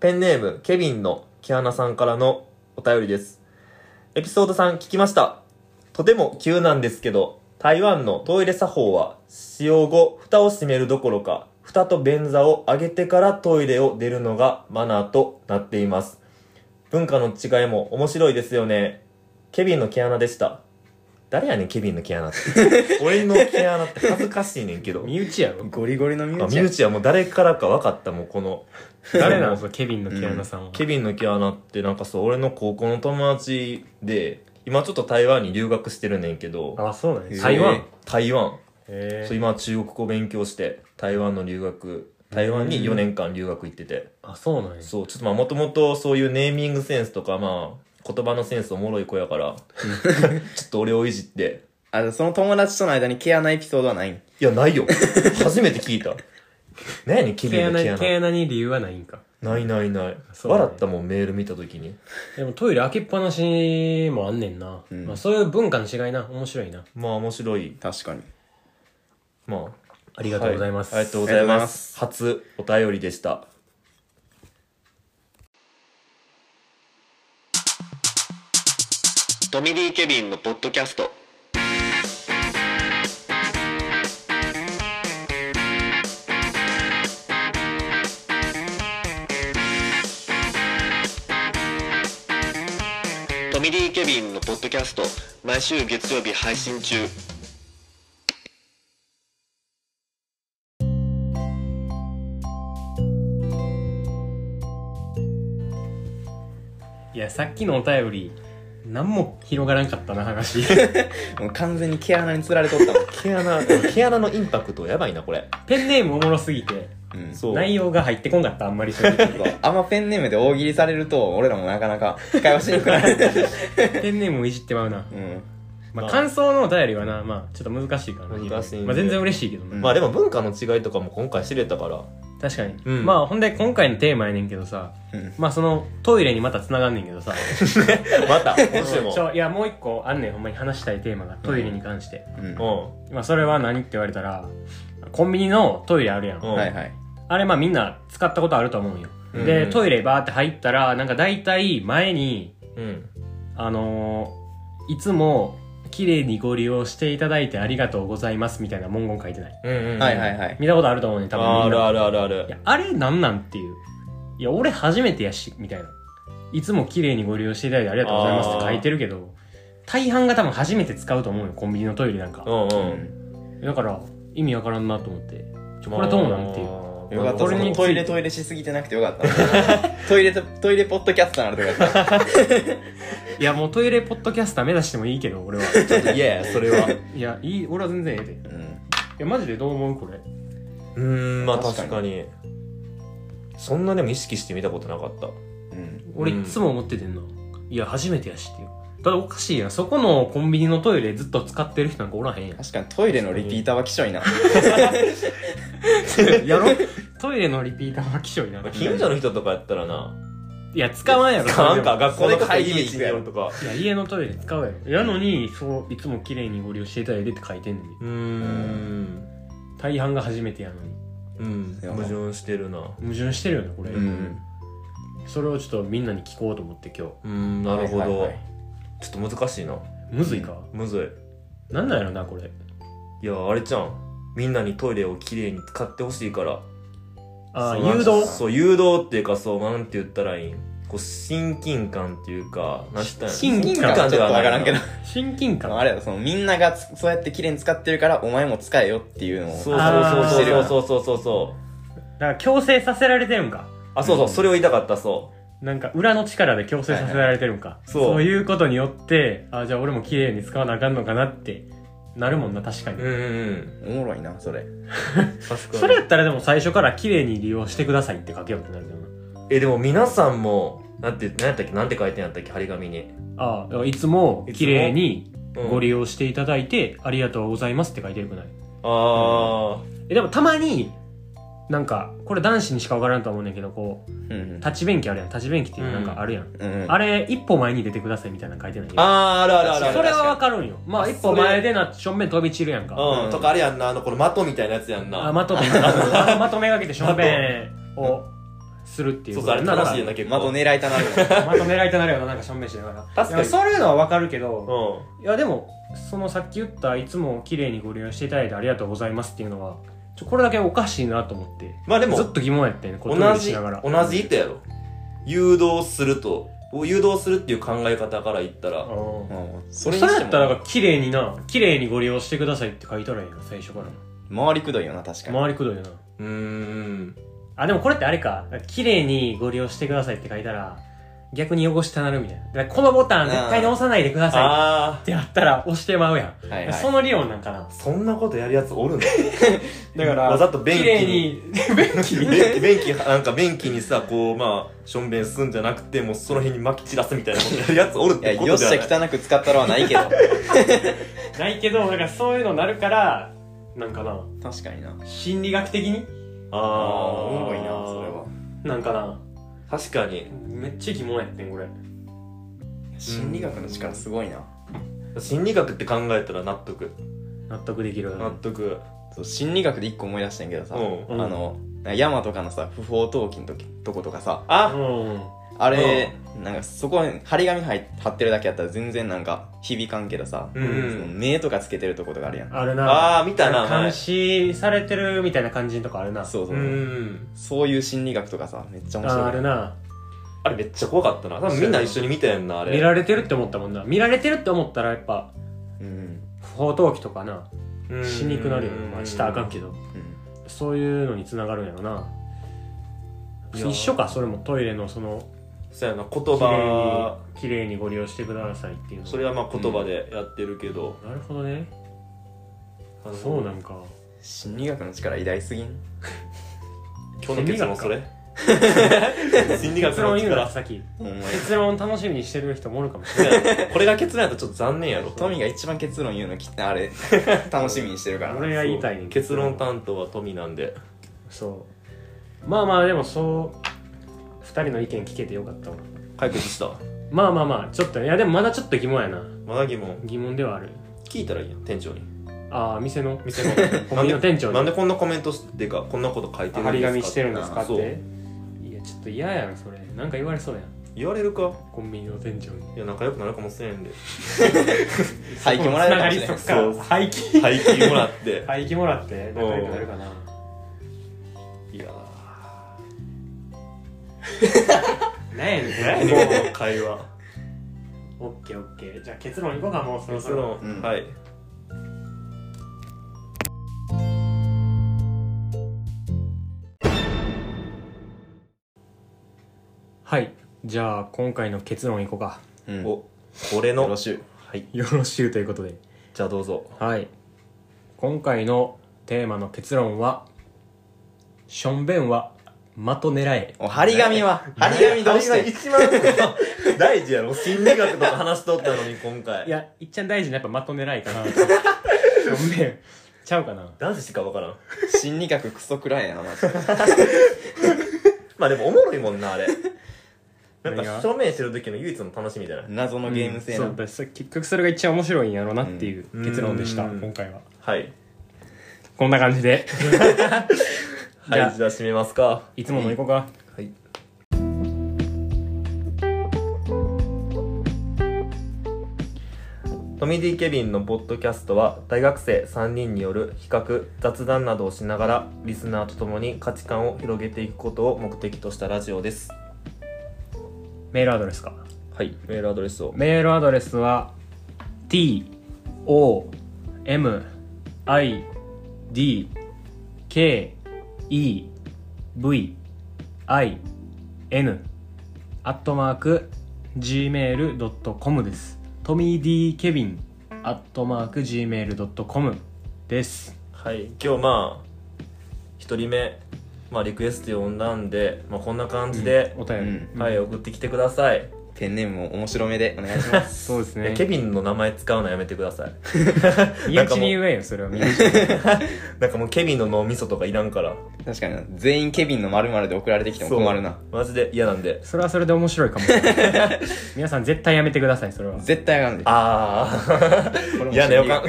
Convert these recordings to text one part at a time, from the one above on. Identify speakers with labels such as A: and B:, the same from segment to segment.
A: ペンネーム、ケビンのキアナさんからのお便りです。エピソード3聞きました。とても急なんですけど、台湾のトイレ作法は、使用後、蓋を閉めるどころか、蓋と便座を上げてからトイレを出るのがマナーとなっています。文化の違いも面白いですよね。ケビンの毛穴でした。誰やねん、ケビンの毛穴って。俺の毛穴って恥ずかしいねんけど。
B: 身内やろ
C: ゴリゴリのミ
A: あ
C: ュ
A: 身内はもう誰からか分かった、もうこの。
B: 誰なのそのケビンのキアナさんは、
A: ケビンの毛穴ってなんかそう俺の高校の友達で今ちょっと台湾に留学してるねんけど
B: あそうなん
C: へ
B: や
C: ー
B: 台湾
A: 台湾、
B: へ
A: そう
B: え
A: 今中国語勉強して台湾の留学台湾に4年間留学行ってて、
B: あそうなんや
A: そうちょっとまあもともとそういうネーミングセンスとかまあ言葉のセンスおもろい子やから ちょっと俺をいじって
C: あの、その友達との間に毛穴エピソードはないん
A: いやないよ初めて聞い た何やねんケビ
B: 毛
A: ンの毛
B: 穴毛
A: 穴
B: 穴に理由はないんか
A: ないないない、
B: そうなんや
A: 笑ったもんメール見た時に
B: でもトイレ開けっぱなしもあんねんな、まあ、そういう文化の違いな面白いな
A: まあ面白い
C: 確かに。
A: まあ
B: ありがとうございます、
A: はありがとうござい
C: ありがとうご
A: ま。
C: ざいますす
A: 初お便りでした。
D: トミディ・ケビンのポッドキャストトミディ・ケビンのポッドキャスト毎週月曜日配信中
B: いやさっきのお便り何も広がらんかった な話
C: もう完全に毛穴に釣られとったもん
A: 毛穴、毛穴のインパクトやばいな、これ。
B: ペンネームおもろすぎて
C: うん。
A: そう。
B: 内容が入ってこんかったあんまり正直
C: あんまペンネームで大喜利されると、俺らもなかなか会話しにくくな る。
B: ペンネームをいじってまうな、
C: うん。
A: ま
B: ま
A: あ
B: あ、感想のお便りはなまあちょっと難しいからな
A: 難しいね
B: まあ、全然嬉しいけどな、
C: うん
A: まあでも文化の違いとかも今回知れたから。
B: 確かに、
A: うん
B: まあほんで今回のテーマやねんけどさ、
C: うん
B: まあそのトイレにまた繋がんねんけどさ
A: また、今週 も
B: ち。ょいやもう一個あんねんほんまに話したいテーマがトイレに関して、
C: うん。
A: う
B: まあそれは何って言われたらコンビニのトイレあるやん、
A: うん
C: はいはい。
B: あれまあみんな使ったことあると思うんよ、
A: うん
B: でトイレバーって入ったらなんか大体前に
A: ん。うん。
B: あのーいつも綺麗にご利用していただいてありがとうございますみたいな文言書いてない
A: うんうん。
C: はいはい
A: い。
C: はい。
B: 見たことあると思うねん多分みんな
A: あるあるあるある
B: い。や、あれなんなんっていう。いや、俺初めてやし、みたいな。いつも綺麗にご利用していただいてありがとうございますって書いてるけど、大半が多分初めて使うと思うよ、コンビニのトイレなんか
A: う。ん
C: う
A: うん。
C: ん。
B: だから、意味わからんなと思って。ちょこれどうなんっていう。
A: う
C: よかった。
B: こ
C: そ
B: れに
C: のトイレトイレしすぎてなくてよかった。 トイレと、トイレポッドキャスターなるとよかった。
B: いや、もうトイレポッドキャスター目指してもいいけど、俺は。
A: いやいや、それは。 う
B: いや、いい、俺は全然ええで。い
C: うん。
B: や、マジでどう思うこれ。
A: ーん、まあ
C: 確か
A: 確
C: に
A: かに。そんなでも意識して見たことなかった。
C: うん。
B: 俺
A: うん
B: いつも思っててんの。いや、初めてやしっていう。ただおかしいやん。そこのコンビニのトイレずっと使ってる人なんかおらへんやん。
C: 確かにトイレのリピーターはきしょいな。
B: やろトイレのリピーターは気象 になる。
A: 近所の人とかやったらな、
B: いや、使わんやろ。
A: なんか学校の
C: それ
A: 会
C: 会
A: 議道に
C: 議道に
A: や
C: や
A: る
C: る
A: とか。
B: いや家のトイレ使うやろやのにそういつも綺麗にご利用していただいてって書いてんのに
A: うーん。
B: 大半が初めてやのに
A: うん。
C: やば
A: 矛盾してるな。
B: 矛盾してるよねこれ、
C: うん。
B: それをちょっとみんなに聞こうと思って今
A: うん、なるほ
C: はいはい
A: ど
C: はい。
A: ちょっと難しいな。
B: 日むずいか、
A: むずい。
B: なんなんやろなこれ
A: いやあれじゃんみんなにトイレをきれいに使ってほしいから
B: あー
A: そう
B: 誘導
A: そう誘導っていうかそうなんて言ったらいいんこう親近感っていうか何したんや
B: 親近
C: 感はちょっとわからんけど。
B: 親近
C: あ
B: 感
C: のあれだ、そのみんながつそうやって綺麗に使ってるから、お前も使えよっていうのを。
A: そう
B: あー
A: そうそうそうそうそうそうそう
B: だから強制させられてるんか
A: あそうそうそれを言いたかったそ
B: なんか裏の力で強制させられてるんか、
A: そう
B: そういうことによってあじゃあ俺も綺麗に使わなあかんのかなってなるもんな確かに、
A: ううんうんうん
C: おもろいな、それ。
A: 確
B: そ
A: か
B: れ
A: に
B: やったらでも最初から綺麗に利用してくださいって書けようってなるけどな
A: えでも皆さんもなんて何やったっけなんて書いてんやったっけ張り紙に、
B: ああ、いつも綺麗に
A: うん
B: ご利用していただいてありがとうございますって書いてるくない
A: あ
B: え、でもたまに、なんか、これ男子にしかわからんと思うねんけど、こう、
C: うん。
B: 立ち便器あるやん。立ち便器っていうなんかあるやん。
C: うん。
B: あれ、一歩前に出てくださいみたいなの書いてない
A: ー、あーあるあるあるある
B: それはわかるんよ。まあ、
A: あ
B: 一歩前でな、正面飛び散るやんか。
A: うん、とかあれや んなあのこの的みたいなやつやんな
B: あ、まとめ、あまとめがけて正面をするっていう
A: そうそう、あれ正しいよな、
B: き
A: 結構。
C: まと狙いたなるわ
B: まと狙いとなるよななんかしょんべんしながら
A: 確かに
B: いやそういうのはわかるけ
A: う
B: ど、
A: ん。
B: いやでもそのさっき言ったいつも綺麗にご利用していただいてありがとうございますっていうのはちょこれだけおかしいなと思って
A: まあでも
B: ずっと疑問やったよねこれ
A: 同
B: トイレ
A: じ、
B: しながら
A: 同じ意図やろ。誘導すると、誘導するっていう考え方から言ったら、
B: うん
C: うん
B: そ
C: そ
B: れ
C: れにして
B: やったら
C: も
B: なんか綺麗にな綺麗にご利用してくださいって書いたらいいの最初から
C: 回りくどいよな確かに
B: 周りくどいよな
A: うーん。
B: あでもこれってあれか綺麗にご利用してくださいって書いたら逆に汚したなるみたいなだからこのボタン絶対に押さないでください
A: あ
B: ってやったら押してまうやん、
C: はいはい
B: その理論なんかな
A: ー、そんなことやるやつ おるの
B: だから
A: わざと便器
B: 綺麗に便器 に
A: 便器、便器、なんか便器にさ、こう、まあ、しょんべんすんじゃなくて、もうその辺に撒き散らすみたいなことやるやつおるっ
C: いや
A: てこ
C: よ
A: と
C: っ
A: じ
C: し
A: ゃ
C: ゃ
A: ない
C: 汚く使ったらはないけど
B: ないけどなんかそういうのなるからなんかな
C: 確かにな
B: 心理学的に
C: あ
A: あー
C: あおもろいなそれは
B: なんかな
A: 確かに。
B: めっちゃ疑問やってんこれ
C: 心理学の力すごいな、
A: 心理学って考えたら納得。
B: 納得できる
A: 納得。
C: そう心理学で一個思い出してんけどさ、
A: うん
C: あのヤマとかのさ不法投棄の時とことかさ
B: う
A: あ、
B: ん
C: あれ、なんかそこに張り紙入っ貼ってるだけやったら全然なんか響かんけどさ、
A: うん
C: その目とかつけてるとことかあるやん
B: あるな
A: あー、見たな、前
B: 監。視されてるみたいな感じのとこあるな
C: そうそうう、
A: ん。
C: そういう心理学とかさめっちゃ面
B: あ
C: 白い
B: あるな
A: あれめっちゃ怖かったな。多分みんな一緒に見たやんな、あれ。
B: 見られてるって思ったもんな見られてるって思ったらやっぱ
C: うんうん
B: 不法投棄とかな
A: うん
B: しにくなるよねまあしたらあかんけどそういうのにつながるんやろない
A: や
B: 一緒かそれもトイレのその
A: そうやな、言
B: 綺
A: 葉
B: 麗、に綺麗にご利用してくださいっていうの
A: それはまあ言葉でやってるけど。
B: なるほどね
A: あの
B: そうなんか
C: 心理学の力偉大すぎん
A: 今日の結論それ心理学
B: 結論
A: の
B: 言うな
A: 力。
B: 先
C: ほんまに
B: 結論楽しみにしてる人もおるか もしれない
A: これが結論やとちょっと残念やろ。
C: トミが一番結論言うのきっとあれ楽しみにしてるから
B: 俺が言いたいねん
A: 結論担当は富なんで。
B: そうまあまあでもそう2人の意見聞けてよかったわ
A: 解決した。
B: まあまあまあちょっといやでもまだちょっと疑問やな
A: まだ疑問。
B: 疑問ではある
A: 聞いたらいいやん、店長に。
B: ああ店の
A: 店の。
B: コンビニの店長 に
A: なんでこんなコメントしてか、こんなこと書いてるんですか
B: 張り紙してるんですかっ
A: そう
B: ていやちょっと嫌やんそれなんか言われそうやん
A: 言われるか
B: コンビニの店長に
A: いや、仲良くなるかもしれんで。
C: 廃棄もらえるかもしれ
B: そ
C: な
B: っ
C: い
B: か
A: そう
B: 廃棄
A: 廃棄もらって。
B: 廃棄もらって仲良くなるかない
A: や
B: なんや ねん
A: ー、
B: も
A: この会話。
B: うオッケーオッケーじゃあ結論いこうかもうそろ
A: 結
B: そろ
A: 論、
C: うん
A: はい。
B: はいじゃあ今回の結論いこうか
C: うん
A: お、俺の。
C: よろしゅ
A: はい。
B: よろしゅうということで
A: じゃあどうぞ。
B: はい今回のテーマの結論は「しょんべんは的狙え
C: お張り紙は張り紙どうし
A: あれが
C: て
A: 一番 大事やろ心理学とか話しとったのに今」
B: い
A: 回
B: やいっちゃん大事なやっぱ的狙い かなしょんべんちゃうかな
A: 男子しか分からん
C: 心理学クソくらいやなマジで
A: まあでもおもろいもんなあれ なん
B: 何
A: か
B: が
A: 証明してる時の唯一の楽しみじゃない
C: 謎のゲーム性な、
B: うんそうだから結局それが一番面白いんやろうなっていう
A: うん
B: 結論でした、
A: うん
B: 今回は
A: はい
B: こんな感じで
A: は
B: じゃ
A: い
B: あ
A: じゃあ締めますか
B: いつものいこうか、
A: はいトミディケビンのポッドキャストは大学生3人による比較雑談などをしながらリスナーと共に価値観を広げていくことを目的としたラジオです
B: メールアドレスか
A: はいメールアドレスを
B: メールアドレスは t o m i d k e v i n アットマーク gmail.com ですトミー D ケビンアットマーク gmail.com です
A: はい今日まあ一人目、まあ、リクエスト呼んだんで、まあ、こんな感じで、
B: お便り、
C: うん
A: はい送ってきてください、
C: 天然も面白めでお願いします
B: そうです
A: いや
B: ね
A: ケビンの名前使うのやめてください
B: 身
A: なんか
B: 内
A: も
B: に言
A: う
B: えよそれは身内
A: なんかもうケビンの脳みそとかいらんから
C: 確かにな全員ケビンの〇〇で送られてきても困るな
A: マジで嫌なんで
B: それはそれで面 白いかも皆さん絶対やめてくださいそれは
C: 絶対あかんで
A: ああ
C: これも
A: 嫌な予感
C: 心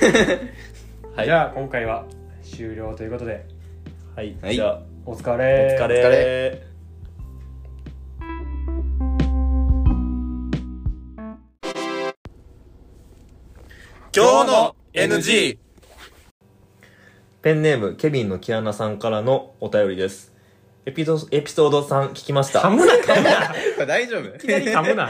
C: 理
A: はい
B: じゃあ今回は終了ということで
A: はい、
C: はい
A: じゃあ
B: お疲
A: お
B: れ
A: 疲れ
C: お疲れ
E: 今日の NG
A: ペンネーム、ケビンのキアナさんからのお便りです。エピソエピソード3聞きました。
B: 噛むな噛むな
C: 大丈夫
B: いきなり噛むな